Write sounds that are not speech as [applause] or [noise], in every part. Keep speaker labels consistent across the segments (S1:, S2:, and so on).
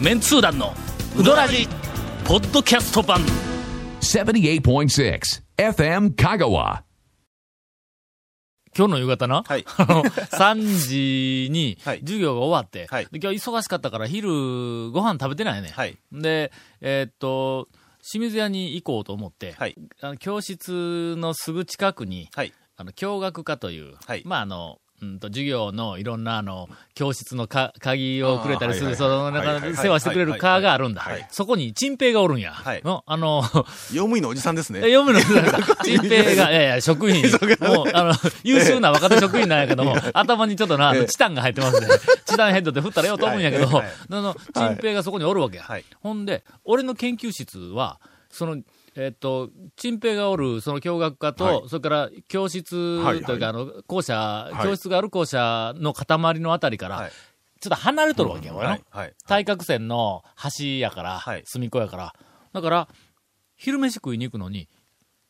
S1: メンツー団のウドラジポッドキャスト版
S2: 78.6 FM Kagawa.
S3: 今日の夕方な、
S4: はい
S3: [laughs] あの、3時に
S4: はい
S3: 授業が終わって、
S4: はい
S3: で今日忙しかったから昼ご飯食べてないね。
S4: はい
S3: で、えーっと、清水屋に行こうと思って、
S4: はい
S3: あの教室のすぐ近くに、
S4: はい
S3: あの教学科という、
S4: はい
S3: まああの、うんと、授業のいろんなあの、教室のか鍵をくれたりする、
S4: あー
S3: その
S4: はいはいはい
S3: 中
S4: はい
S3: で
S4: はい
S3: 世話してくれる科があるんだ
S4: はいはい。
S3: そこに、陳平がおるんや。
S4: はい
S3: のあの、
S4: 用務員のおじさんです
S3: え
S4: ね。
S3: 読
S4: [laughs]
S3: むの、陳平が、いやいや、職員、もう、あの、優秀な若手職員なんやけども、頭にちょっとな、あのチタンが入ってます
S4: [laughs]
S3: ね。チタンヘッドで振ったらよと思うんやけど、
S4: はいはい
S3: あの、陳平がそこにおるわけや。
S4: はい
S3: ほんで、俺の研究室は、その、えっと、陳平がおる、その教学科と、
S4: はい
S3: それから教室というか、
S4: はいはい
S3: あの、校舎、
S4: い
S3: 教室がある校舎の塊のあたりから、
S4: はい
S3: ちょっと離れとるわけや、俺の
S4: はい。はい。
S3: 対角線の端やから、
S4: はい
S3: 隅っこやから。だから、昼飯食いに行くのに、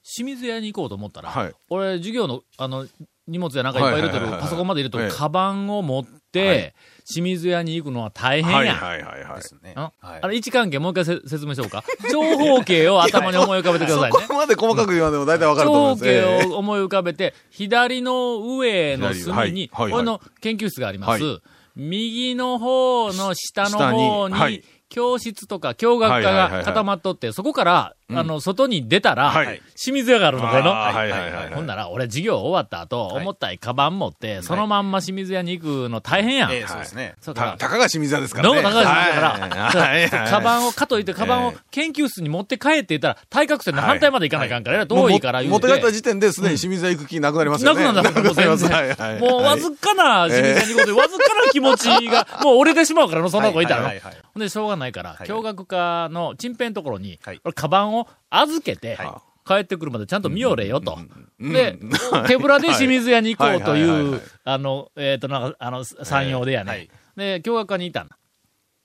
S3: 清水屋に行こうと思ったら、
S4: はい
S3: 俺、授業の、あの、荷物やなんかいっぱい入れて
S4: はいはい
S3: る、
S4: はいはい
S3: パソコンまで入れて
S4: え
S3: る、
S4: え
S3: カバンを持って、清水屋に行くのは大変や。
S4: はいはいはいはい。ですね。
S3: あ
S4: はい
S3: あれ、位置関係もう一回せ説明しよ
S4: [laughs]
S3: うか。長方形を頭に思い浮かべてくださいね
S4: こ。こまで細かく言わんでも大体わかると
S3: 長方
S4: 思います。え
S3: 形
S4: え
S3: を思い浮かべて、左の上の隅に、
S4: 左はいはいはい
S3: 俺の研究室があります。
S4: は
S3: 右の方の下の
S4: 下に
S3: 方に、
S4: はい
S3: 教室とか教学科
S4: はいはいはいは
S3: が
S4: い
S3: 固まっとって、そこから、あの、外に出たら、
S4: はい
S3: 清水屋があるの、これの。
S4: あーはいはいはいはい
S3: ほんなら、俺授業終わった後、
S4: はい
S3: 重たいカバン持って、そのまんま清水屋に行くの大変やん。
S4: ええそうですね。
S3: そうか
S4: た、たかが清水屋ですから
S3: どう
S4: ね。
S3: も高橋さんだから、
S4: はいはいはい
S3: カバンを、かといって、カバンを
S4: ええ
S3: 研究室に持って帰っていたら、対角線の反対まで行かないかんから、えらい
S4: もう
S3: 遠いから言
S4: 持
S3: う
S4: って
S3: て。
S4: 帰った時点ですでに清水屋行く気なくなります
S3: な
S4: よ
S3: く
S4: ね。
S3: なんだから、もう
S4: [laughs]
S3: 全然。もうわずかな、清水さんにことで、わずかな気持ちが、もう折れてしまうからの、そんな子いたら
S4: は
S3: の
S4: いはいはいはい。
S3: ほんで、しょうがないから、
S4: い
S3: 教学科の陳平のところに
S4: はい、
S3: 俺カバンを預けて
S4: はい、
S3: 帰ってくるまでちゃんと見よれよと。
S4: ん
S3: で、手ぶらで清水屋に行こうと
S4: はいはいはい
S3: い
S4: は
S3: う
S4: い、
S3: あの、えっと、なんか、あの、山陽でや
S4: は
S3: ね。
S4: い
S3: で、教学科にいたんだ。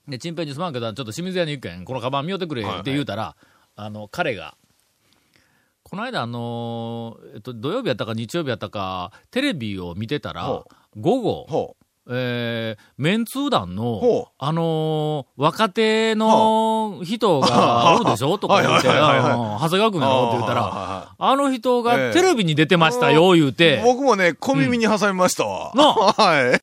S3: で、陳平にすまんけど、ちょっと清水屋に行くけん、このカバン見よってくれって言うたら、あの、彼が、この間、あのーえっと、土曜日やったか日曜日やったか、テレビを見てたら
S4: ほ、
S3: 午後、
S4: ほう。
S3: えー、メンツー団の
S4: ほう、
S3: あのー若手の人
S4: [laughs]
S3: がおるでしょとか言って、うん
S4: はいはいはいはい
S3: 長谷川君やろって言った
S4: あーはいはい
S3: ら
S4: は、
S3: あの人
S4: え
S3: が
S4: え
S3: テレビに出てましたよ、言うて、
S4: 僕もね、小耳に挟みましたわ。
S3: なあ
S4: はい。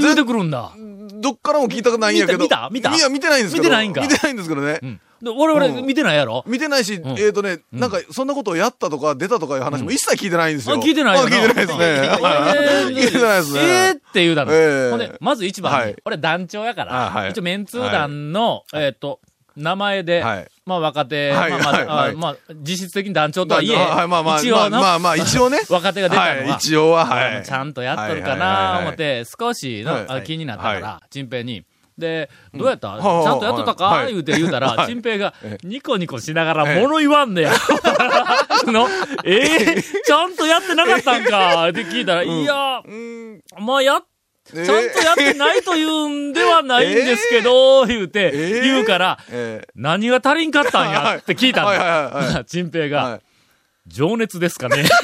S3: 言うてくるんだ。
S4: どっからも聞いたくないんやけど。
S3: 見た見た見た
S4: いや、見てないんですけど。
S3: 見てないんか
S4: 見てないんですけどね。
S3: うんで我々
S4: うん
S3: 見てないやろ
S4: 見てないし、えっとね、なんか、そんなことをやったとか、出たとかいう話も一切聞いてないんですよ。
S3: あ聞いてないよ
S4: あ聞いてない
S3: [laughs]
S4: ですね。はい聞いてないですね。
S3: えーって言うだろ。
S4: ええ
S3: ほんで、まず一番に、
S4: はい
S3: 俺団長やから、
S4: あはい
S3: 一応メンツー団の、えーっ、と、名前で、
S4: はい
S3: まあ若手、
S4: はい
S3: まあまあ、
S4: はいはい
S3: あまあ、実質的に団長とはいえ、
S4: はいまあまあ、
S3: 一応の、。
S4: まあまあまあ、一応ね
S3: [laughs] 若手が出たのは、
S4: はい、一応は、は
S3: あ
S4: い。
S3: ちゃんとやっとるか
S4: はいはいはい
S3: な
S4: はい
S3: 思って、少しの、
S4: はい
S3: あ気になったか
S4: は
S3: ら、陳、平に。で、どうやった、
S4: ん
S3: ちゃんとやっとったか、
S4: はい
S3: 言うて言うたら、
S4: はい
S3: 陳、平が
S4: え
S3: ニコニコしながら
S4: ええ
S3: 物言わんねや。 [laughs] の、え
S4: [laughs]
S3: ーちゃんとやってなかったんかって聞いたら、いや、
S4: うん
S3: まあやっちゃ
S4: え
S3: んとやってないというんではないんですけど、言うて、
S4: えー
S3: 言うから、
S4: え
S3: 何が足りんかったんやって聞いたん
S4: はいはい
S3: だ
S4: はいは
S3: [laughs]
S4: い。
S3: な陳平
S4: え
S3: が、
S4: はい
S3: 情熱ですかね。 [laughs]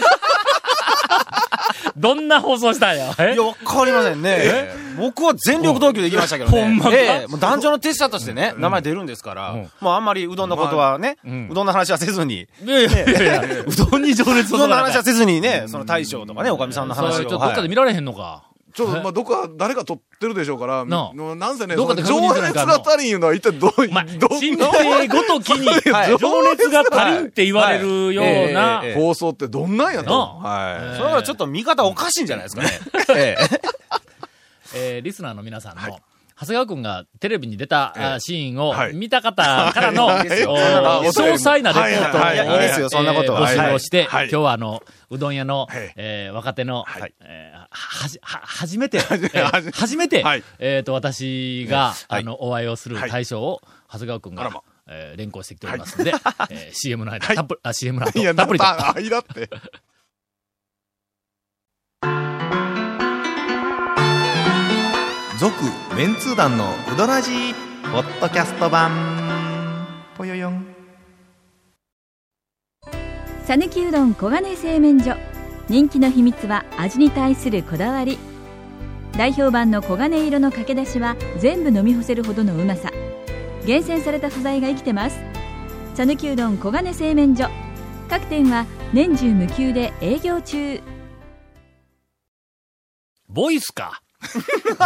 S3: どんな放送したんや。え
S5: いや、わかりませんね。僕は全力投球できましたけどね。
S3: ほんまか
S5: ええもう団長の手下としてね、名前出るんですから、
S3: うん
S5: もうあんまりうどんのことはね、
S3: ん
S5: うどんの話はせずに、
S3: いやいやいやいや、うどんに情熱
S5: う
S3: を注が
S5: どんの
S3: なかっ
S5: 話
S3: た
S5: はせずにね、その大将とかね、おかみさんの
S3: そ
S5: 話
S3: れちょっ
S5: を。
S3: とどっかで見られへんのか。
S4: ちょっと、まあ、どっか、誰か撮ってるでしょうから、
S3: なあ
S4: もうなんせね、
S3: どっか
S4: その
S3: で
S4: 情
S3: 確認せな
S4: 熱
S3: いかんの
S4: が足りんいうのは一体どうい
S3: お前、
S4: う、どうい
S3: 新
S4: う
S3: 兵ごときに、
S5: はい
S3: 情熱が足りんって言われるような
S5: はいええええええ、
S4: 放送ってどんなんやと。
S3: な
S4: はい。
S5: それからちょっと見方おかしいんじゃないですかね。ええ
S3: えーリスナーの皆さんの、長谷川くんがテレビに出た、あーシーンを
S4: はい
S3: 見た方からの、
S5: はい
S3: お
S4: はい
S3: 詳細なレポートを、
S4: はいはいはいいいです
S5: よそんなことは
S3: えー募集をして、
S4: はいはい
S3: 今日はあの、うどん屋の、
S4: はい
S3: えー若手の、
S4: はい
S3: えーははじ、は、初めて、え
S4: め
S3: ー
S4: はじ
S3: 初めて、
S4: はい
S3: えっ、と、私が、
S4: は
S3: あ
S4: い
S3: の、お会いをする対象を、長谷川くん
S4: あら
S3: が
S4: ま、
S3: えー連行してきておりますので、えー CM の間、
S4: はい
S3: たっぷり、あ、CM の
S4: い
S3: 後、
S4: や、
S3: たっぷりと。
S4: なんだあ、いらって。
S6: 続メンツー団のウドラジーポッドキャスト版ぽよよん
S7: さぬきうどん黄金製麺所人気の秘密は味に対するこだわり代表版の黄金色のかけだしは全部飲み干せるほどのうまさ厳選された素材が生きてます讃岐うどん黄金製麺所各店は年中無休で営業中
S3: ボイスか。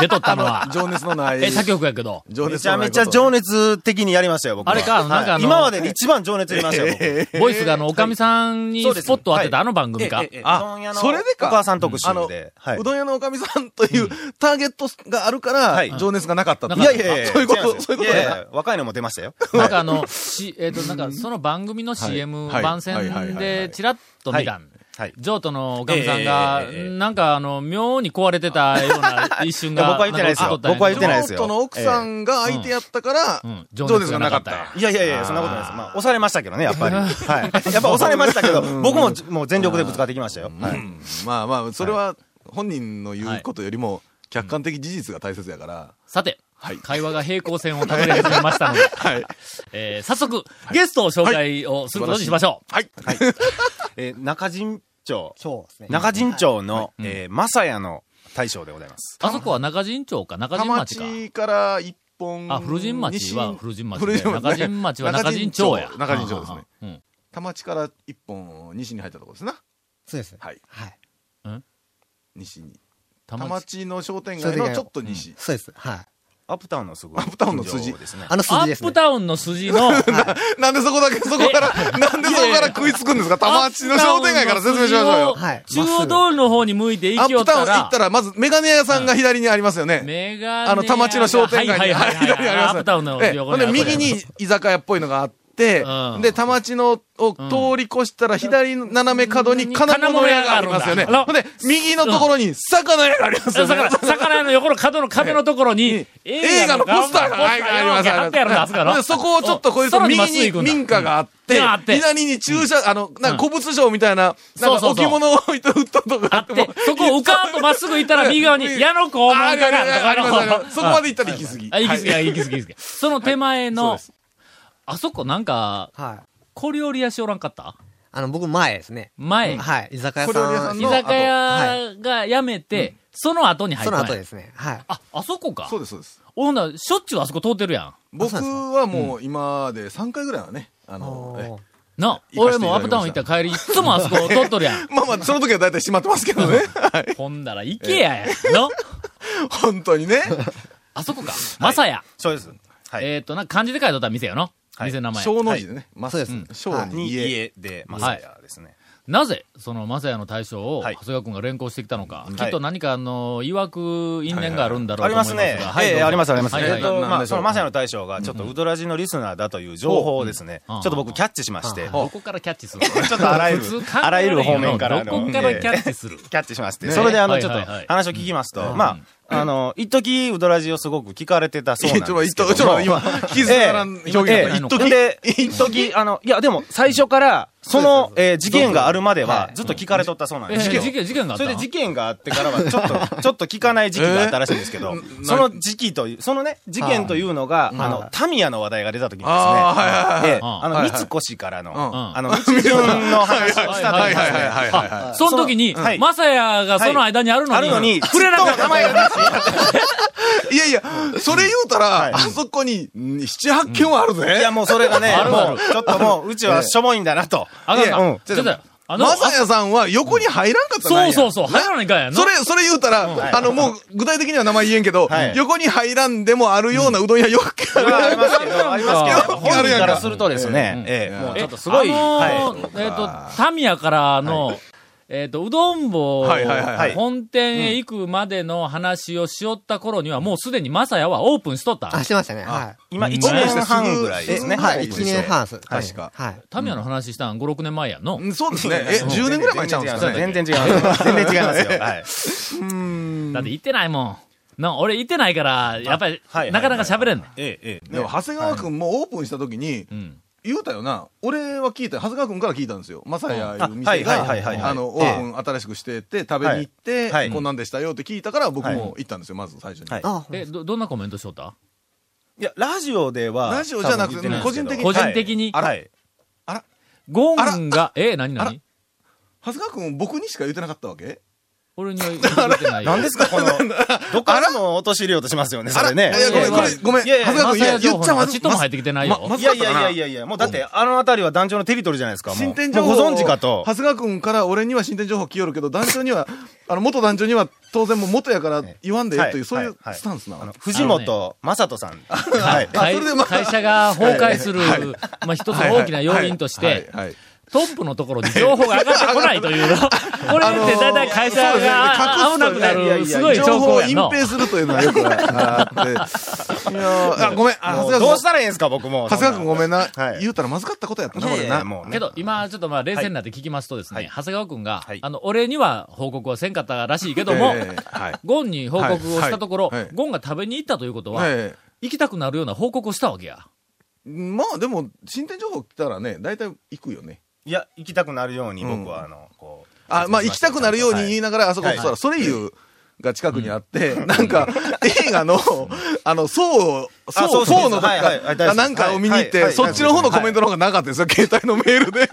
S3: 出とったのは。
S4: 情熱のない。
S3: え、他局やけど。
S4: 情
S5: め
S4: 熱
S5: ちゃ
S4: のな
S5: め
S4: い
S5: ち
S4: こと
S5: ゃ情熱的にやりましたよ、僕は
S3: あれか
S5: はい
S3: なんかあの
S5: 今までで一番情熱入れましたよ、僕。
S3: ボイスがあの、おかみさんに
S5: そうで
S3: ス
S5: す
S3: ポットを当てた
S5: は
S3: あ
S5: い
S3: の番組か。
S5: あ、
S4: それでか
S5: お母さん特集
S4: あの
S5: で。はいう
S4: どん屋のおかみさんというターゲットがあるから
S5: い、
S4: 情熱がなかったと
S3: なか
S5: い
S3: っ
S5: や
S3: た
S5: いやいや、
S4: そういうこと
S5: 違んです
S4: そういうことだ
S5: やや若いのも出ま [laughs] したよ。
S3: なんかあの、し、えっ、と、なんかその番組の CM、
S4: はい
S3: 番
S4: はいはいはい
S3: 宣
S4: はい
S3: でチラッと見たん。
S5: はい。
S3: 譲渡のおかみさんが、
S5: ええええええ
S3: なんかあの、妙に壊れてたような一瞬が。
S5: いや僕は言ってないですよ
S3: んか映っとったんやけど
S5: 僕は言ってないですよ
S4: 京都の奥さんが相手やったから、
S3: うん、
S4: 情
S3: 情
S4: 熱
S3: 熱
S4: が
S3: が
S4: な
S3: な
S4: か
S3: か
S4: っ
S3: ったた
S4: ん
S3: んや。
S4: や
S5: いやいやいや、そんなことないです。まあ、押されましたけどね、やっぱり。はい。やっぱ押されましたけど、僕も、もう全力でぶつかってきましたよ。はい。
S4: まあまあ、それは本人の言うことよりも、客観的事実が大切やから。
S3: さて、
S4: はい
S3: 会話が平行線をたどり始めましたので、
S4: はい。
S3: えー早速、ゲストを紹介をすることにしましょう。
S4: はい。
S5: えー、中陣町。
S8: そうですね。
S5: 中陣町の、えー、まさやの大将でございます。
S3: あそこは中陣町か、中
S4: 田
S3: 陣町か。
S4: 町から一本。
S3: あ、古陣町は古陣町で。
S4: 古
S3: 中陣町は中陣町や。
S4: 中陣町ですね。
S3: ね。うん
S4: 田町から一本、西に入ったところですな。
S8: そうです。
S4: はい。
S8: はい。
S4: 西に。
S3: 田
S4: 田
S3: 町。
S4: 町の商店街のちょっと西。
S8: そうです。はい。
S5: アップタウンのすぐ。
S4: アップタウンの筋
S5: ですね。
S8: あの
S3: ア
S8: 筋で
S3: ッ
S8: すね
S3: プ。タウンの筋
S4: [laughs]
S3: の、
S4: なんでそこだけ、そこから、なんでそこから食いつくんですか田町の商店街から説明しましょうよ。
S8: はい
S3: 中央通りの方に向いて行
S4: アッ
S3: きよ
S4: プ
S3: っ
S4: タウ
S3: た
S4: ン行
S3: ら
S4: った、ら、まずメガネ屋さんが左にありますよね。
S3: メガネ。
S4: あの、田町の商店街
S3: はい
S4: に
S3: はいはい
S4: 左
S3: はい
S4: にあり
S3: ア
S4: ます
S3: ップタウンの
S4: ええ
S3: 横
S4: ほんで、
S3: ある
S4: 右に居酒屋っぽいのがあって
S3: う、ん
S4: で、田町のを通り越したら、左の斜め角に金物屋がありますよね。
S3: 金物屋があるんだ
S4: ほんで、右のところに魚屋がありますよね。
S3: 魚、魚屋の横の角の壁のところに、
S4: 映画のポスターがはいあります
S3: 貼ってあるんだ、あそこやろ
S4: でそこをちょっとこういうと
S3: 空
S4: 右
S3: まっすぐ
S4: に
S3: 行くんだ
S4: 民家があって、
S3: うんあって
S4: 左に駐車、あの、なんか古物商みたいな、なんか
S3: そうそうそう
S4: 置物を置いて売ったとか
S3: あって、そこをうかーとまっすぐ行ったら右側に、矢野公門
S4: あ
S3: か
S4: ありありありあ
S3: ら
S4: り
S3: と
S4: ますあ
S3: か
S4: り
S3: の
S4: ます。そこまで行ったら行き過ぎ。
S3: あ、行き過ぎ
S4: は
S3: や、
S4: い
S3: 行き過ぎ、行き過ぎ。その手前
S4: そう
S3: の
S4: です、
S3: あそこなんか、
S8: はい。
S3: 小料理屋しおらんかった
S8: あの、僕前ですね。
S3: 前、
S8: はい。居酒屋
S4: 小料理屋
S8: さ
S4: さん
S8: ん。
S3: 居
S4: の
S3: 酒屋が辞めて、その後に入っ
S8: そ
S3: たん
S8: の
S3: や。
S8: 後ですね。はい。
S3: あ、あそこか。
S4: そうです、そうです。
S3: おほんならしょっちゅうあそこ通ってるやん。
S4: 僕はもう今まで3回ぐらいはね、あの、え
S8: お
S3: な、
S4: 行か
S3: 俺
S4: せていた
S3: もア
S4: だきました。
S3: ップタウン行った帰り、いつもあそこ通っとるやん
S4: まあまあ、その時は大体閉まってますけどね。はい。
S3: ほんなら、行けやや。の
S4: 本当にね。
S3: あそこか。まさや。
S5: そうです。はい。
S3: えっと、なんか漢字で書いとった店やの。店の名前。
S4: 小の字でね。まあ
S8: そうですね
S4: 小に
S5: に
S4: 家。
S5: 家で、まさやですね。
S3: なぜ、その、まさやの対象を、
S5: はい
S3: 長谷川君が連行してきたのか、きっと何か、あの、曰く因縁があるんだろ
S5: あ
S3: う
S5: り
S3: と思い
S5: ま
S3: ます
S5: す
S3: が。
S5: ね。ええ、あります、あります。
S3: はい
S5: え
S3: は
S5: っ
S3: い
S4: な
S5: と、
S4: なん
S5: ま
S4: でしょ
S5: あ、そうの、まさやの大将が、ちょっと、ウドラジのリスナーだという情報をですね、ち
S3: うん
S5: ょっと僕キャッチしまして、
S3: どこからキャッチするの
S5: ちょっとあらゆる
S3: 普通、考え
S5: あらゆる方面から。
S3: どこからキャッチする
S5: ええキャッチしまして。それであの、
S3: はい
S5: ちょっ
S3: はい
S5: と
S3: はい
S5: 話を聞きますと、まあ、あの、一時ウドラジをすごく聞かれてたそう
S4: い
S5: な
S4: や
S5: ん
S4: ち
S5: で
S4: ょっと、
S5: すけど
S4: ちょっ
S5: も。
S4: と今、気づからん表現だった
S5: ええ
S3: 一時
S5: で、一時、あの、いや、でも、最初から、その、えー事件があるまでは、ずっと聞かれとったそうなん
S3: え
S5: で
S3: え
S5: す
S3: 事
S5: け
S3: 件、
S5: ど。
S3: 事件があった
S5: それで
S3: の
S5: 事件があってからは、ちょっと、ちょっと聞かない時期があったらしいんですけど、その時期という、そのね、事件というのが、あの、タミヤの話題が出た時にですね、
S4: あ
S5: ええ
S3: うん
S5: あ
S4: は
S5: の、
S4: いはい
S5: 三越からの、
S4: ん
S5: あの、日順の話をしたと
S4: はい
S5: き
S4: はいはいはいはいはいはい。
S3: あその時に、
S5: はい
S3: まさやがその間にあるのに、
S5: あるのに、
S3: 触れなかった。
S5: ずっと名前が出て
S4: いやいや、それ言うたら、
S5: はい
S4: あそこに、ん七八件はあるぜ。
S5: いや、もうそれがね
S3: あ、るある
S5: もう、ちょっともう、うちはしょぼいんだなと。
S3: あかん
S5: いやう
S3: なんちょっと、あの、
S4: まさやさんは横に入らんかったなん
S3: そう
S4: や
S3: そうそう、入らないかんやんな
S4: それ、それ言うたら、あの、もう、具体的には名前言えんけど、
S5: はい
S4: 横に入らんでもあるようなうどん屋よくある
S5: ありますけど、ありますけど、本人からするとですね、ええ、もうちょっとすごい、
S3: あの
S5: はい。
S3: ーえっ、と、タミヤからの、えっ、と、うどん坊、
S4: はいはいはい
S5: はい
S3: 本店へ行くまでの話をしよった頃には、もうすでにマサヤはオープンしとった
S8: あ、。してましたね。は
S5: 今、1年半ぐらい
S8: い。
S5: ですね。
S8: えはい。
S5: オー
S8: 一
S5: プンして
S8: 年半。確
S4: 確か
S8: はい。
S3: タミヤの話したん5、6年前やんの
S4: う。んそうですね。え、10年ぐらい前ちゃうんですかね。
S5: 全然違います。全然違
S3: [laughs]
S5: いますよ。はい。
S3: だって行ってないもん。な俺行ってないから、やっぱり、
S5: はいはい
S3: なかなか喋れんねん。
S5: ええ、ええ。
S4: でも、長谷川くんもオープンした時に、
S3: ん
S4: 言うたよな。俺は聞いた、長谷川くんから聞いたんですよ。まさやいう
S5: あは
S4: 店
S5: いはいはいはいはい
S4: が、あの、オ
S5: ええ
S4: ープン新しくしてって、食べに行って、
S5: はいはい
S4: こんなんでしたよって聞いたから、僕
S5: はい
S4: も行ったんですよ、まず最初に。
S5: はい
S8: あ、
S3: え、ど、どんなコメントしとった
S5: いや、ラジオでは、
S4: ラジオじゃなくて
S5: 多分言ってないですけど
S3: 個人的に
S5: はいはい。
S3: ゴンが、え、何
S4: あら
S3: 何
S4: 長谷川くん僕にしか言ってなかったわけ
S3: 俺には言ってないよ。
S5: 何です
S4: [laughs]
S5: か、この、どっからも落とし入れようとしますよね、それね。
S4: いや、ごめん、これ、ごめん。
S5: いやいや
S4: 長谷川君、いや、言っちゃま
S3: ま
S4: ず
S3: ず
S4: い
S3: い。。も入ってきてないよ。
S5: いやいやいやいやいや、もうだって、あの辺りは団長のテリトリーじゃないですか。もう
S4: 新店情報。
S5: もうご存知かと。
S4: 長谷川君から俺には新店情報来よるけど、団長には、あの、元団長には当然もう元やから言わんでええという、そういうスタンスな
S5: あの
S4: の。
S5: 藤本正人さん。はい。
S3: 会
S4: それでまあ
S3: 会社が崩壊する、まあ一つの大きな要因として、
S4: はいはい
S3: トップのところに情報が上がってこないというの。これって大体会社
S4: そうですね
S3: が合わなくない
S4: やいや
S3: る、
S4: いや
S3: すごい
S4: 情
S3: 兆
S4: 報
S3: 候
S4: を
S3: やん
S4: 隠
S3: の。
S4: 蔽するというのはよくあって。いやーあ、ごめん、あ
S5: も
S4: 長
S5: う
S4: 谷
S5: ど
S4: 川
S5: う
S4: 君。
S5: したらいいんですか、僕も。
S4: 長谷川君ごめんな
S5: は。い
S4: 言うたらまずかったことやったな、
S5: いや
S4: 俺
S5: いや
S4: な。
S5: もうね
S3: けど、今、ちょっとまあ、冷静になって聞きますとですね、長谷川君が、
S5: はい
S3: あの、俺には報告はせんかったらしいけども、
S4: ええはい
S3: ゴンに報告をしたところ、
S4: はいはい
S3: ゴンが食べに行ったということは、
S4: え
S3: 行きたくなるような報告をしたわけや。
S4: えまあでも、新店情報来たらね、大体行くよね。
S5: いや、行きたくなるように、僕は、あの、こう。
S4: あ、まあ行きたくなるように言いながら、あそこ、
S5: はい
S4: そうだ、ソレイユが近くにあって、なんか、映画の、あの、そう、
S5: あ
S4: そう、
S5: そう
S4: そうのと
S5: はいはいは
S4: か
S5: い大好、き
S4: なんかを見に行っ
S5: はい
S4: て、
S5: はい
S4: そっちの方のコメントの方がなかったですよ、携帯のメールで。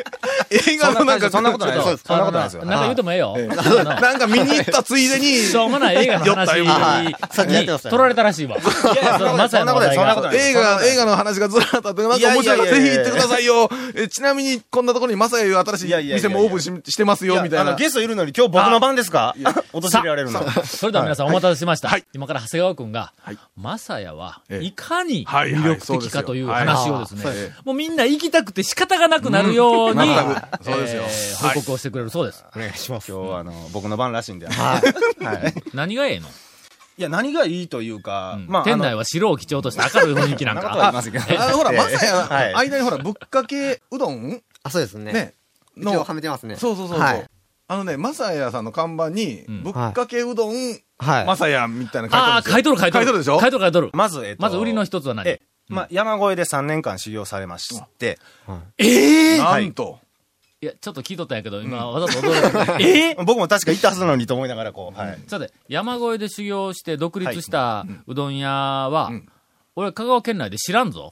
S4: 映画のなんか、
S5: そんなことないです
S4: ちょ
S5: よ
S4: っ。
S5: そんなことないですよ。
S3: なんか言うてもええよ。
S4: ええ
S3: あの
S4: なんか見に行ったついでに、
S3: しょうもない映画の話
S4: 酔った
S3: に取られたらしいわ。いや、そのまさやの話題
S5: そんなこと
S3: が。
S5: ない
S4: 映画、映画の話がずらっとあって、なんか面白いから
S5: いや
S4: ぜ
S5: い
S4: ひ
S5: やいやいや
S4: 行ってくださいよ。えちなみに、こんなところにまさやいう新し
S5: いやい
S4: い
S5: やいやい
S4: 店
S5: や
S4: もオープンししてます
S5: い
S4: よ、
S5: や
S4: みたい
S5: あ
S4: な
S5: の。ゲストいるのに今日僕の番ですか落とし入れられるの。
S3: それでは皆さんお待たせしました。今から長谷川くんが、まさやは
S4: ええ
S3: いかに
S4: はいはい
S3: 魅力
S4: そうで
S3: 的
S4: すよ
S3: かという話をですね
S4: はいそうです、
S3: もうみんな行きたくて仕方がなくなるように、
S4: うん
S3: え
S4: 全くそうですよ
S3: ー報告をしてくれるそうです。
S5: お願いします。今日はあの、僕の番らしいんで。はい。
S3: 何がええの
S5: [laughs] いや、何がいいというか、まあ、
S3: 店内
S5: は。
S3: は白を基調とした明るい雰囲気なん
S5: そんなこと
S3: か
S5: は。言
S4: [laughs]
S5: いませんけど。
S4: あほら、まさや、
S5: はい
S4: 間にほら、ぶっかけうどん
S8: あ、そうですね。
S4: ね。
S8: 一応はめてますね。
S4: そうそうそうそう、
S8: はい。
S4: あのね、まさやさんの看板に、
S3: ん
S4: ぶっかけうどん、
S8: はい。
S4: まさやみたいな
S3: ああ、
S4: 書
S3: 買
S4: い
S3: い
S4: て
S3: 取る買い取る。
S4: でしょ
S3: 買い取る買い取る。
S5: まず、えっと
S3: まず売りの一つは何
S5: ええまあ、山越えで3年間修行されまして、
S4: え
S5: はい
S4: なんと。
S3: いや、ちょっと聞いとったんやけど、今わざと驚い
S4: [laughs]
S3: たけど。ええ
S5: 僕も確か行ったはずなのにと思いながら、こう、はい。
S3: さて、山越えで修行して独立したうどん屋は、俺、香川県内で知らんぞ。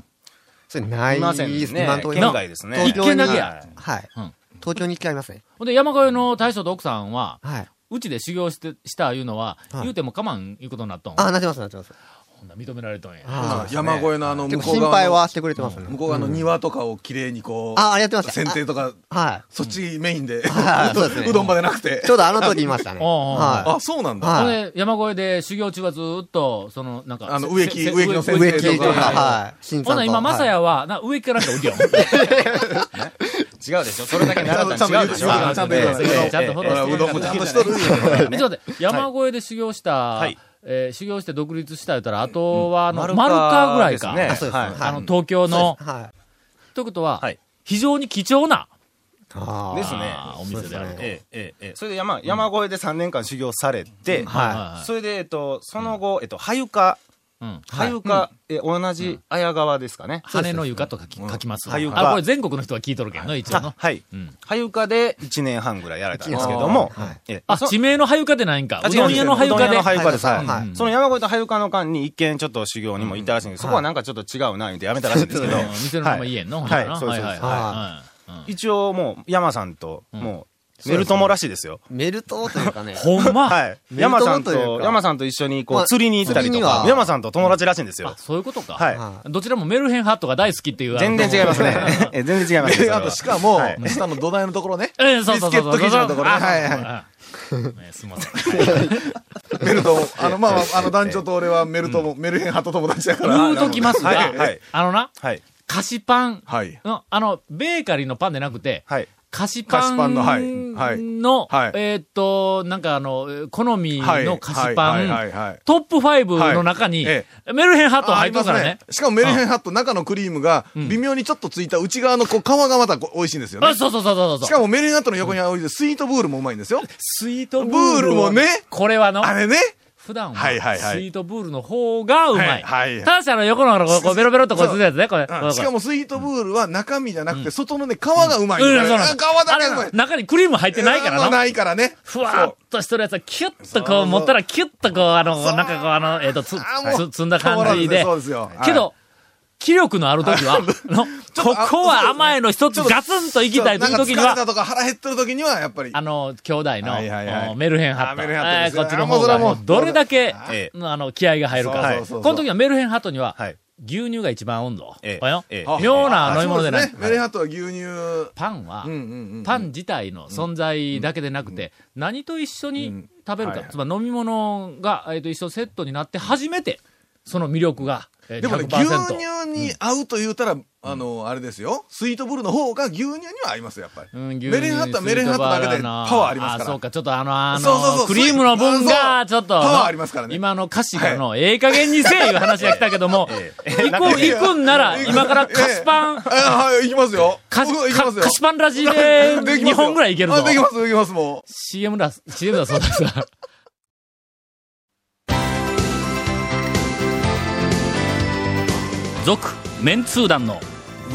S8: それない
S5: いません
S8: です
S5: ね
S8: 今のところ
S5: 県
S8: 今
S5: 外ですね。
S8: 東京
S3: 一軒
S8: に
S3: だけや
S8: はい。
S3: うん
S8: 東京に行きありますね。
S3: ほんで、山越えの大将と奥さんは、
S8: はい。
S3: うちで修行して、したいうのは、
S8: はい
S3: 言うても我慢いうことになっとん。
S8: あ、なってます、なってます。
S3: ほんなら認められとんや。
S8: あ
S4: 山越えのあの、
S8: ー結
S4: 向
S8: 構
S4: こう
S8: 心
S4: 側
S8: 配
S4: の、
S8: はしてくれてますね。
S4: 向こう側の庭とかをきれいにこう、
S8: あ、ありがとうござい
S4: 剪
S8: ます。
S4: 定とか、
S8: あは
S4: そっちメインで、
S8: はいう
S4: ど
S8: そうですね
S4: うどん場でなくて
S8: い。ち。ょうどあの時言いましたね。
S3: おうおうおう
S8: は
S4: あ、そうなんだ。
S8: はい
S3: ほんで、山越えで修行中はずーっと、その、なんか、
S4: あの
S3: せ
S4: 植木
S3: せ
S4: 植木の
S8: い。
S4: 先
S8: 植
S4: 生
S8: 木とか、
S4: はい
S8: はい。新
S3: ほんなら今、まさやは、な植木からなんかおりよ。
S5: 違うでしょそれだけ
S4: ちゃ
S5: 習
S4: ん
S5: っ
S4: と、ち
S5: た
S4: ゃんと
S5: ん違
S4: 言う
S5: うで
S4: で
S5: し
S4: し
S5: ょ
S4: ょ。
S3: ええええ
S4: ちゃんと言うでしょ
S3: ちゃんとフォローして
S4: うどんもちゃんとしとる。
S3: [laughs]
S4: は
S3: でちょっと待って山越えで修行した、
S5: はい
S3: えー修行して独立した言ったら、あとは、あの、丸川ぐらいか。
S5: ですね
S8: あそうです
S5: はい
S8: はい
S3: あの、東京の。
S8: はい。
S3: ということは、
S5: はい
S3: 非常に貴重な、
S8: あー
S5: ですね
S3: あーお店であると。
S5: ええええええそれで山山越えで3年間修行されて、
S8: は
S5: それで、えっと、その後、えっと、はゆか、
S3: うん。
S5: はゆか、え同じ綾川ですかね。
S3: 羽の床と書き書きます。
S5: 羽床
S3: あ、これ全国の人は聞いとるけんの、一応
S5: あ
S3: の。
S5: はい
S3: うん。
S5: はゆかで1年半ぐらいやられたんですけども、ええ
S3: あ、
S5: そ
S3: 地名の羽床でないんか。
S5: あ
S3: うどん屋の羽
S5: 違うんで
S3: 床
S5: すうどん
S3: で
S5: 屋の。はゆかです。
S8: はい
S5: はい
S8: はい
S5: その山越えとはゆかの間に一見ちょっと修行にも行ったらしいんですけど、そこはなんかちょっと違うな、言うてやめたらしいんですけど
S3: う。ん店の名前言えんの、
S5: は
S3: ほん
S5: い
S3: ならな
S5: はいそうです
S3: はい
S5: そう
S8: です
S3: はいはい。
S5: [laughs] 一応もう、山さんと、もう、メルトモらしいですよ。
S8: い。メルトというかね。
S3: うんほんま、
S5: はい。
S8: メルトモ
S5: 山さん
S8: とい
S5: と
S8: う、か
S5: 山さんと一緒にこ
S8: ま
S5: う、
S8: あ
S5: 釣りに行ったりと
S8: 釣りには
S5: か、山さんと友達らしいんです
S3: あ
S5: よ、。
S3: そういうことか。
S5: はい。
S8: はい
S3: どちらもメルヘンハットが大好きっていう。
S5: 全然違いますね。 [laughs] え全然違いま
S4: で
S5: すね。それ
S4: [laughs]
S5: は
S4: あと、しかも
S5: はい、
S4: 下の土台のところね、
S3: あの。 [laughs] ええそうそうそうそう。
S4: ビスケット生地のところね
S3: あ
S4: はい
S3: うんねすいま
S4: [laughs]
S3: せん。
S4: メルト、あの、まあまあ、あの、団長と俺はメルトも、メルヘンハト友達だから。
S3: 言うときますが、
S5: はいはい
S3: あのな、
S5: はい。
S3: 菓子パン
S4: はい。
S3: の、あの、ベーカリーのパンでなくて、
S5: はい。
S3: 菓子パン
S4: 菓子パンのはいはい
S3: の
S4: はい
S3: えーっと、なんかあの、えー好み
S4: はい
S3: の菓子
S4: はいはいはい
S3: パ
S4: は
S3: ン
S4: い、
S3: トップ5の中に、
S4: はいえ
S3: メルヘンハットが
S4: あ
S3: 入
S4: り
S3: っと
S4: ま
S3: る
S4: す
S3: からね
S4: ね。。しかもメルヘンハット中のクリームが微妙にちょっとついた内側のこう皮がまたこう美味しいんですよ
S3: あ
S4: ね。
S3: そうそうそうそうそう。
S4: しかもメルヘンハットの横にあるスイートブールもうまいんですよ。
S3: スイート
S4: ブールもね
S3: これはの、
S4: あれね。
S3: 普段は、
S4: はいはいはい
S3: スイートブールの方がうまい。
S4: はいはい
S3: ただしあの横のこう
S4: [laughs]
S3: こうベロベロっとこうするやつね、これ。
S4: うんしかもスイートブールは中身じゃなくて外のね、皮がうまい。
S3: うんう
S4: あ
S3: ん
S4: 皮
S3: そうなんです
S4: だけう
S3: あ
S4: ま
S3: の
S4: い。
S3: 中にクリーム入ってないから
S4: あの
S3: な。
S4: ないからね。
S3: ふわーっとしとるやつは、キュッとこう、持ったらキュッとこう、あの、なんかこう、あの、えっと、つ、
S4: あーもう
S3: つ、積んだ
S4: 変わら
S3: 感
S4: ず
S3: じ
S4: ね
S3: で
S4: そ。うですよ。はい
S3: けど、気力のある時
S4: [laughs]
S3: は、のここは甘えの一つガツンと行きたいという時に
S4: なんか疲れ
S3: は
S4: た、とか腹減ってる時には、やっぱり。
S3: あの、兄弟の、
S4: はいはいはい
S3: おメルヘンハ
S4: あ
S3: ット。
S4: メルヘンハットですね
S3: こっちの方が
S4: あも
S3: もう
S4: うそれはもう
S3: どれだけ、
S5: ええ
S3: あの、気合が入るか。
S4: そうそうそうそう
S3: この時はメルヘンハットには、
S5: はい
S3: 牛乳が一番温度。
S5: ええ
S3: これよ
S5: ええ
S3: 妙な飲み
S4: そう
S3: 物
S4: で
S3: ですない。
S4: ね。メレハットは牛乳。
S3: パンは、
S4: うんうんうん。
S3: パン自体の存在だけでなくて、何と一緒に食べるか、
S4: うんはい
S3: つまり飲み物が、えっと一緒セットになって初めて、その魅力が、えー
S4: でもね、
S3: 100%。
S4: 牛乳に合うと言うたら、あの、あれですよ。スイートブルーの方が牛乳には合いますよ、やっぱり。
S3: うん、
S4: メレンハットはメレンハットだけでパワーありますから
S3: そうか、ちょっとあの、あの
S4: そうそうそう
S3: クリームの分が、ちょっと、
S4: パワーありますからね
S3: 今の歌詞がの、ええ加減に
S4: [laughs]
S3: せえいう話が来たけども、行く、行くんなら、今から菓子パン、
S4: えはい、いきますよ。
S3: 菓子
S4: 僕いき
S3: か
S4: ますよ
S3: 菓。子パンラジで
S4: [laughs] できます
S3: 2
S4: よ
S3: 本ぐらいいける
S4: あ
S3: ぞ。
S4: できます、できます、も
S3: CM だ、CM だそうだそうだ。
S1: 続メンツー団の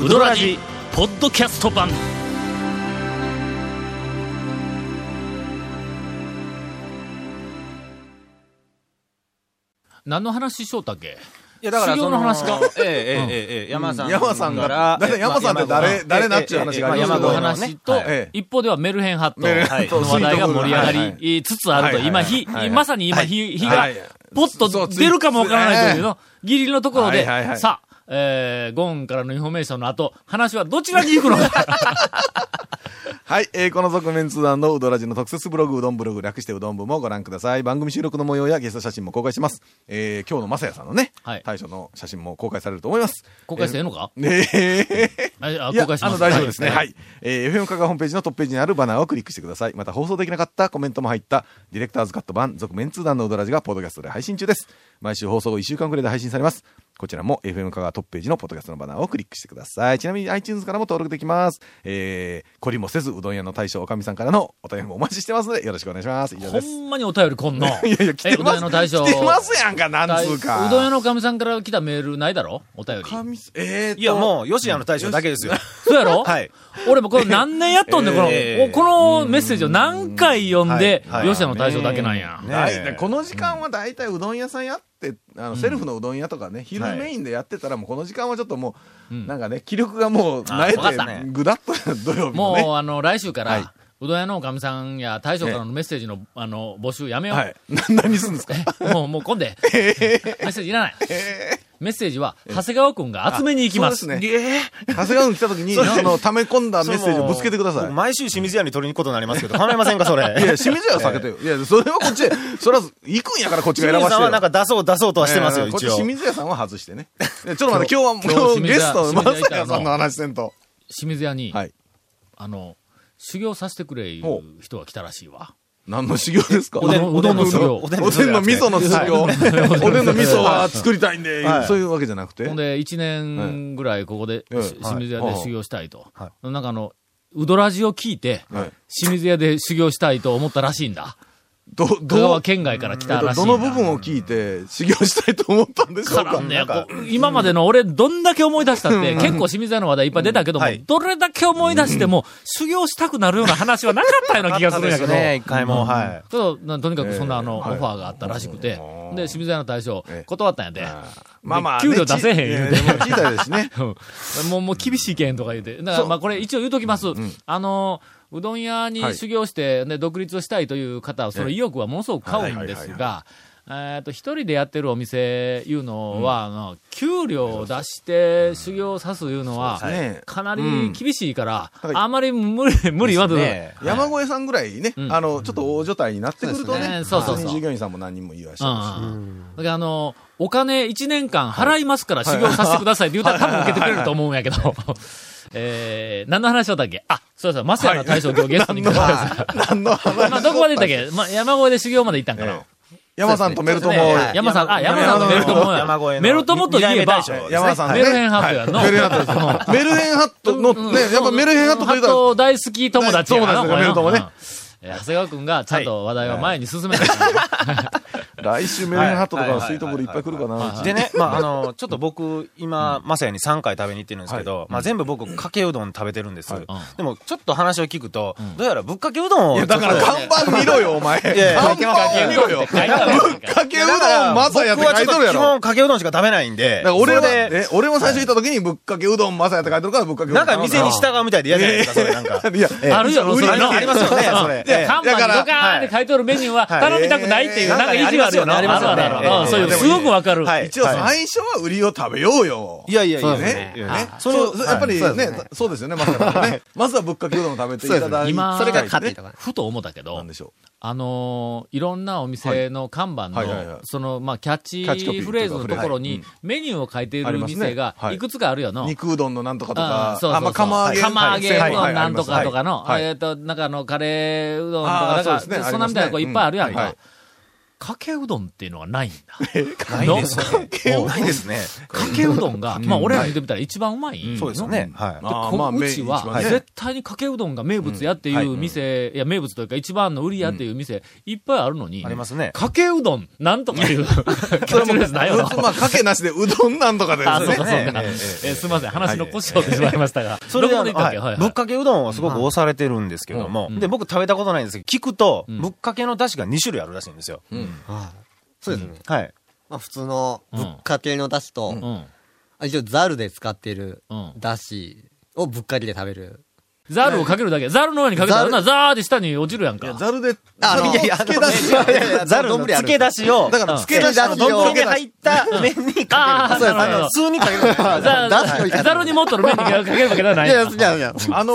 S1: ウドラジポッドキャスト版
S3: 何の話しようったっけ
S5: いや、だから、
S3: 修行
S5: そ
S3: の話か
S5: え [laughs] え、ええ、ええ、ええ、山さん。
S4: 山さんがだって山さんって誰誰なっちゅう話が
S3: まあ
S4: あり
S3: 山
S4: ます
S3: の
S4: けど
S5: の
S3: 話と、
S4: ええ
S3: 一方ではメルヘンハット
S4: メル
S5: ヘンハッ
S3: の
S5: ト
S3: 話題が盛り上
S4: はい
S3: が
S4: は
S3: りつつあると、
S4: はい
S3: 今、火
S4: はいはい
S3: まさに今、火火
S4: う。
S3: が、ポッ
S4: そ
S3: と
S4: うつい
S3: 出るかもわからないというの、ギリギリのところで、
S4: はいはいはい
S3: さあ、えー、ゴーンからのインフォメーションの後、話はどちらに行くの
S4: [laughs]
S3: か。
S4: はい、えーこの続面通談のうどらじの特設ブログ、うどんブログ、略してうどん部もご覧ください。番組収録の模様やゲスト写真も公開します。えー今日のまさやさんのね、
S3: はい
S4: 大将の写真も公開されると思います。
S3: 公開していいのか、
S4: ねえ。
S3: ああ
S4: いや
S3: 公開します
S4: あの大丈夫ですね。はい。
S3: はい
S4: えー FM カガホームページのトップページにあるバナーをクリックしてください。また放送できなかったコメントも入った、ディレクターズカット版、続面通談のうどらじがポッドキャストで配信中です。毎週放送後1週間くらいで配信されます。こちらも FM カガトップページのポッドキャストのバナーをクリックしてください。ちなみに iTunes からも登録できます。えー、懲りもせずうどん屋の大将おかみさんからのお便りもお待ちしてますので、よろしくお願いします。以上
S3: ほ
S4: です。
S3: んまにお便りこんの。
S4: いやいや、来て
S3: えうどん
S4: ま
S3: 屋
S4: す。
S3: の大将。
S4: 来てますやんか、なんつうか。
S3: うどん屋のおかみさんから来たメールないだろお便り。
S4: かみさんえーと
S5: いや、もう、吉野の大将だけですよ。
S3: そうやろ
S5: はい。
S3: 俺もこれ何年やっとんねん、この、
S5: ええ
S3: このメッセージを何回読んで、
S5: はいはい
S3: 吉野の大将だけなんや。
S4: はいでこの時間は大体うどん屋さんやってあのセルフのうどん屋とかね、昼メインでやってたらもうこの時間はちょっともう、なんかね気力がもう
S3: あ
S4: なえて
S3: わかったね
S4: ぐだっと土曜日
S3: も
S4: の
S3: う、
S4: ね
S3: あの、来週から、
S4: はいう
S3: どん屋のおかみさんや大将からのメッセージの、あの、募集やめよう。
S4: はい、な何するんですか
S3: もう、もう来んで。メッセージいらない。メッセージは、長谷川くんが集めに行きます。
S4: そうですね長谷川君来た時にその溜め込んだメッセージをぶつけてくださ
S5: 僕
S4: い
S5: 毎週清水屋に取りに行くことになりますけど、構いませんか、それ。
S4: いや清水屋は避けてよいやそれはこっちへそれは行くんやからこっちが
S5: 清
S4: 選ばせ
S5: 水さん
S4: て
S5: は
S4: よ
S5: なんか出そう出そうとはしてます
S4: いやい
S5: よ、
S4: やこっち
S5: 一応
S4: 清。水屋さんは外してねいやちょっと待って今日
S3: 今日
S4: はもう
S3: 清水屋
S4: ゲスト
S3: 清
S4: ま
S3: 水屋行った
S4: さ
S3: ら
S4: やさんの話せんと
S3: 清水屋に、
S4: はい
S3: あの、修行させてくれいう
S4: ほ
S3: 人が来たらしいわ。
S4: 何の修行ですか
S3: おでんうどんの修行
S4: おでんの味噌の修行。 [laughs] おでんの味噌は作りたいんで
S5: は、い
S4: そういうわけじゃなくて
S3: ほん。で、1年ぐらいここで、
S4: はい
S3: し清水屋で修行したいと。
S5: は
S3: なんかあの、うどラジを聞いて、
S4: はい
S3: 清水屋で修行したいと思ったらしいんだ。
S4: ど、
S3: 香川
S4: ど、
S3: 県外から来たらしい
S4: ど
S3: んだ。
S4: の部分を聞いて修行したいと思ったんでしょう
S3: から
S4: か。
S3: ね、こう今までの俺、どんだけ思い出したって、結構清水屋の話題いっぱい出たけども、
S5: うんはい
S3: どれだけ思い出しても、修行したくなるような話はなかったような気がするんやけど。
S5: ね、一回も、はい。
S3: ちょっとなとにかくそんなあの、
S4: はい
S3: オファーがあったらしくて、
S4: うん
S3: で、清水屋の大将
S4: ええ、
S3: 断ったんやで。
S4: まあまあ。
S3: 給料出せへん言
S4: い
S3: う
S4: や
S3: て
S4: でも聞い
S3: [laughs]
S4: たですね。
S3: うんもう、もう厳しいけんとか言うて。だから、まあこれ一応言うときます。あの、うどん屋に修行して、ね、独立をしたいという方は、その意欲はものすごく買うんですが、えっと、一人でやってるお店いうのは、あの、給料を出して修行さすいうのは
S4: そうですね、
S3: かなり厳しいから、
S4: うん
S3: あまり無理、無理はず、
S5: ね
S4: 山越えさんぐらいね、
S3: ん
S4: あの、ちょっと大所帯になってくる
S3: そ
S4: とね、
S3: うですねそうそうそう
S4: 普通に従業員さんも何人も言わ
S3: う
S4: してま
S3: んだからあの、お金1年間払いますから修行させてくださいっ
S4: [laughs]
S3: て言ったら多分受けてくれると思うんやけど。 [laughs] えー、何の話だったっけあ、そうそう、マスヤの大将今日ゲストに来てください。
S4: すし。何の話
S3: まあ、どこまで行ったっけ、まあ、山越えで修行まで行ったんかな。
S4: え山さんとメルトも、
S5: はい
S3: 山さん、あ、山さ
S4: 山
S3: んとメルトモ
S5: 山越え
S3: や。
S5: の
S3: メルトモといえば
S5: 二代目大、将
S4: 山さん
S3: メルヘンハットやんの
S4: はいメルヘンハットですメルヘンハットの、ね、やっぱメルヘンハットと
S3: ハ
S4: い
S3: ッ
S4: うたら、
S3: ト大好き友達やな、
S4: 友達だねメルトモね
S3: うんえー長谷川くんがちゃんと話題を前に進めない。
S4: 来週メロンハットとかのスイートボールいっぱい来るか
S3: はい
S4: な。
S5: でね、まあ、あの、ちょっと僕、今、まさやに3回食べに行ってるんですけど、まあ、全部僕、かけうどん食べてるんです。でも、ちょっと話を聞くと、どうやらぶっかけうどんを。
S4: いや、だから看板見ろよ、お前。
S5: いやいや
S4: 看板見ろよ。
S3: [laughs] 書いてあ
S4: [laughs]
S3: るやんか
S4: かけうどん
S5: だから、
S4: まさやって
S5: 僕は
S4: 書
S5: ち
S4: い
S5: ょ
S4: と
S5: っ
S4: る
S5: と
S4: や
S5: 基
S4: ろ。
S5: 本、かけうどんしか食べないんで
S4: だから。俺
S5: そ
S4: は、
S5: れで
S4: え俺も最初行った時にぶっかけうどんまさやって書いてるからぶっかけうどん。
S5: なんか店に従うみたいで嫌じゃないですか、それなん
S4: [laughs]
S5: か。
S4: いや、
S3: あるよ、
S4: 無
S3: [laughs]
S4: 理
S3: それな
S5: ありますよね、それ。ええ
S3: 看板にドカーンって書いてあるメニューは
S5: はい
S3: 頼みたくないっていう、
S5: は
S3: ないんか意地悪よな。
S5: ありますよね
S3: あるある
S5: あ
S3: ある
S5: ります
S3: そう
S5: よね
S3: い
S5: え
S3: う、
S5: え
S3: すごくわかる。
S5: はい
S4: 一応最初は売りを食べようよ。
S5: いやいやいや、
S4: ね。
S5: いや
S4: ね
S5: ね。
S4: それやっぱり
S8: そう
S4: ね
S8: ですね、
S4: そうですよね、まさやさんね。まずはぶっかけうどんを食べていただいて。
S3: 今、
S8: それが勝手とかね
S3: ふと思ったけ
S4: な
S3: ど
S4: んで、しょ
S3: あのーいろんなお店の看板の、
S4: はいはいはいはい
S3: その、まあ、キャ
S4: キャッチコ
S3: ッ
S4: ピ
S3: チ
S4: ー
S3: フレーズのところ
S4: はい
S3: に
S4: うん、
S3: メニューを書いてい
S4: あ
S3: る
S4: りますね
S3: 店が
S4: は、い
S3: いくつかあるよの。
S4: う。肉うどんのなんとかと
S3: あ
S4: か
S3: あ、そうそうそう
S4: あ、まあ、釜揚げ。
S3: 釜揚げ
S4: はい
S3: のなんとかとかの、
S4: はいはい
S3: えっ、と、なんかあの、カレーうどんと
S4: あ
S3: か、な
S4: あ
S3: んか、
S4: そうですね
S3: そんなみたいな
S4: ありますね
S3: こういっぱいあるやんか。
S4: うんはい
S3: かけうどんっていうのはないんだ。
S5: ないですね。ないですね。
S3: かけうどんが、まあ俺ら見てみたら一番うまい。
S5: そうですよね。はい。
S4: ああ
S3: こ
S4: まあ
S3: うち
S4: メイン一
S3: は、
S4: 番ね
S3: 絶対にかけうどんが名物やっていう店、いや、名物というか一番の売りやっていう店、いっぱいあるのに、
S5: ありますね
S3: かけうどん、なんとかいう、キャッチフレーズないよな。
S4: まあ、かけなしでうどんなんとかで
S3: あ、そう
S4: す
S3: か
S4: ね
S3: そ。うか。え
S5: ねええ
S3: ーすみません、話の腰を折ってしまいましたが。
S5: それで
S3: ど
S5: あ
S3: こ
S5: の、
S3: で行ったっ
S5: は
S3: け
S5: い
S3: はいはい
S5: ぶっかけうどんはすごく押されてるんですけども、で、僕食べたことないんですけど、聞くと、
S3: ん
S5: ぶっかけの出汁が2種類あるらしいんですよ。
S8: そうですね。
S5: はい。
S8: まあ普通のぶっかけのだしと、
S3: うん。
S8: あ一応ザルで使ってる
S3: うん
S8: だしをぶっかけで食べる。
S3: ザルをかけるだけ。ザルの上にかけたら、
S8: ザル
S3: なザーって下に落ちるやんか。
S4: ざるで、
S8: あの
S4: いやいや、つけ出し。
S5: ざるの漬け出しを、
S4: だから、つけ出しの
S8: 丼
S5: 丼に入った麺にか
S3: ああ、
S5: け
S3: なる
S5: る。
S3: ほ
S5: あ
S3: ど
S5: の、普通にかける。
S3: ザ
S8: 出汁を入れた
S3: ザルに持っとる面にかけるわけではないい。
S8: やいや、いやいや。
S4: あの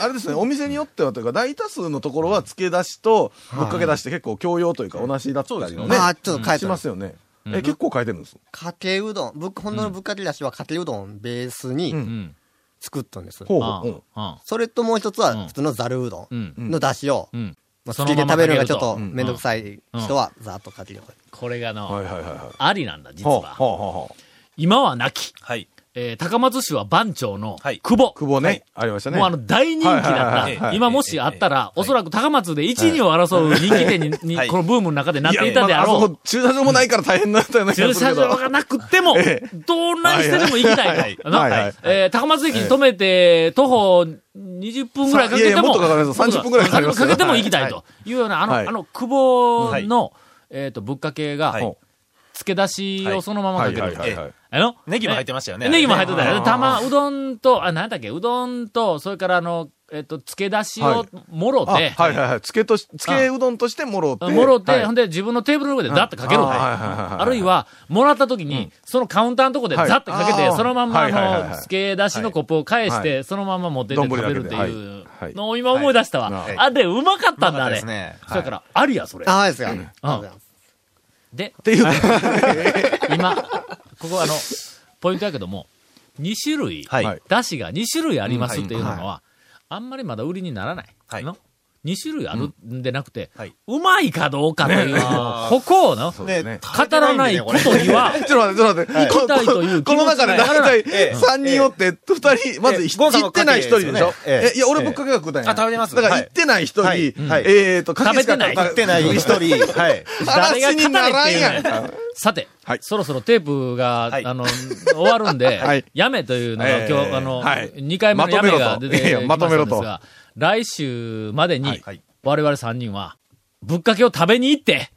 S4: あれですね、お店によってはというか、大多数のところは、つけ出しと、ぶっかけ出しって結構共用というか、同じだったりのね
S8: ま、あちょっと変え
S4: してますよね。え、結構変えてるんです
S8: かけうどん、ぶっ本当のぶっかけだしはかけうどんベース
S3: う
S8: に
S3: ん。
S8: 作ったんです。
S4: ほう
S3: あ
S4: ほう。うん
S3: あ
S8: それともう一つ
S3: うん
S8: は普通のざるうど
S3: うんん
S8: のだしを、
S3: う
S8: ま
S3: ん。
S8: あ
S3: そ
S8: 好
S3: の
S8: きで
S3: まま
S8: 食べるのがちょっと
S3: かけると
S8: めんどくさい人はざーっとかけると。
S3: これが
S4: はい
S3: の、
S4: はいはいはい。
S3: ありなんだ、実
S4: ほう
S3: は。
S4: ほうほうほう。
S3: 今はなき、
S5: はい。
S3: えー高松市は番長の
S5: はい
S3: 久保。
S4: 久保ね、ありましたね。
S3: もうあの大人気だっ
S4: はい
S3: た
S4: はいはいは。い
S3: 今もしあったら、おそらく高松で1、2を争う人気店にに、
S5: はい
S3: このブームの中でなっ
S4: いや
S3: ていたであ
S4: まああそ
S3: ろ
S4: こ駐車場もないから大変だったような
S3: う。
S4: 気が
S3: 駐
S4: する
S3: 車
S4: けど
S3: 場がなくっても、どんなにしてでも行きたい
S4: はい
S3: のな
S4: はいはい
S3: えー高松駅に止めて、徒歩20分ぐらいかけ
S4: いやい
S3: て
S4: やも
S3: も、
S4: っとかかります30分ぐらいかかりますよ
S3: けても行きたいというような、あの、
S4: はい
S3: あの、久保の、えっと、ぶっかけが
S5: はい、
S3: 漬け出しをそのままかけ
S4: はい
S3: る
S4: は。いはいはい。
S3: あの
S5: ネギも入ってましたよね
S3: えネギも入ってたよ
S5: あ
S3: ね。たま、うどんと、あ、なんだっけ、うどんと、それからあの、えっと、漬け出し
S4: は
S3: を
S4: い
S3: もろ
S4: あはい
S3: て、
S4: はいはい。つけとし、つけうどんとしてもろうて。
S3: もろて、
S4: はい
S3: ほんで自分のテーブルの上でザッとかける
S4: あーはいはいはいはい
S3: あるいは、もらった時に、そのカウンターのとこでザ
S4: はい
S3: ッとかけて、
S4: あー
S3: そのまんまあ
S4: はいはいはいはい
S3: の、漬け出しのコップを返して、そのまま持ってって
S4: 丼
S3: 食
S4: だ
S3: べ
S4: けで
S3: るっていう
S4: はいはい
S3: のを今思い出したわ。
S4: はい
S3: あれ、うまかったんだ、あ
S5: で
S3: れ。
S5: すね。
S3: それから、ありや、それ。
S8: ああ、ですか。ありがとうございます。
S3: で、
S4: っていう。
S3: [laughs] 今、ここあの、ポイントやけども、2種類、
S5: はい
S3: だしが2種類ありますっていうのは、あんまりまだ売りにならない。
S5: はい
S3: の2種類あるんでなくて、
S5: はいう
S3: まいかどうかという、ここをの、
S4: ですね
S3: 語らないことには、
S4: ちょっと待って、ちょ
S3: 行き
S4: っと待って。
S3: たいという気持ち
S4: この中で
S3: が
S4: 大体
S5: ええ
S4: 3人おって、2人、まず
S5: ええ
S4: ひ
S5: ゴンさん
S4: 行
S5: も
S4: ってない1人でしょ
S5: かけですよねえ
S4: え
S5: え、
S4: いや、俺ぶっかけが食うたんや。
S5: あ食べてます
S4: だから
S5: はい
S4: 行ってない1人、
S5: はいはい
S4: えっと、かけしか
S3: 食べてない
S5: 食ってない一人。はい。
S4: 話にならんやん
S3: 誰が
S4: か。
S3: さて、
S4: はい
S3: そろそろテープが、
S5: はい
S3: あの、終わるんで、
S4: [laughs] はい
S3: やめというのが
S4: ええ
S3: 今日、あの、
S4: はい
S3: 2回目のやめが出てきました
S4: まとめろ
S3: ん
S4: と
S3: ですが、 [laughs] 来週までに、
S5: はいはい
S3: 我々3人は、ぶっかけを食べに行
S4: [laughs]
S3: って、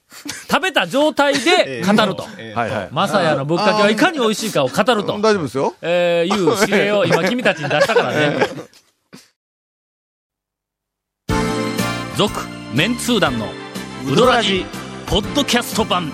S3: 食べた状態で語ると。
S4: はいはい。
S3: まさやのぶっかけはいかに美味しいかを
S4: [laughs]
S3: 語ると
S4: 大、丈夫ですよ。
S3: えーいう指令を今君たちに出したからね。続、メンツー団のウドラジポッドキャスト版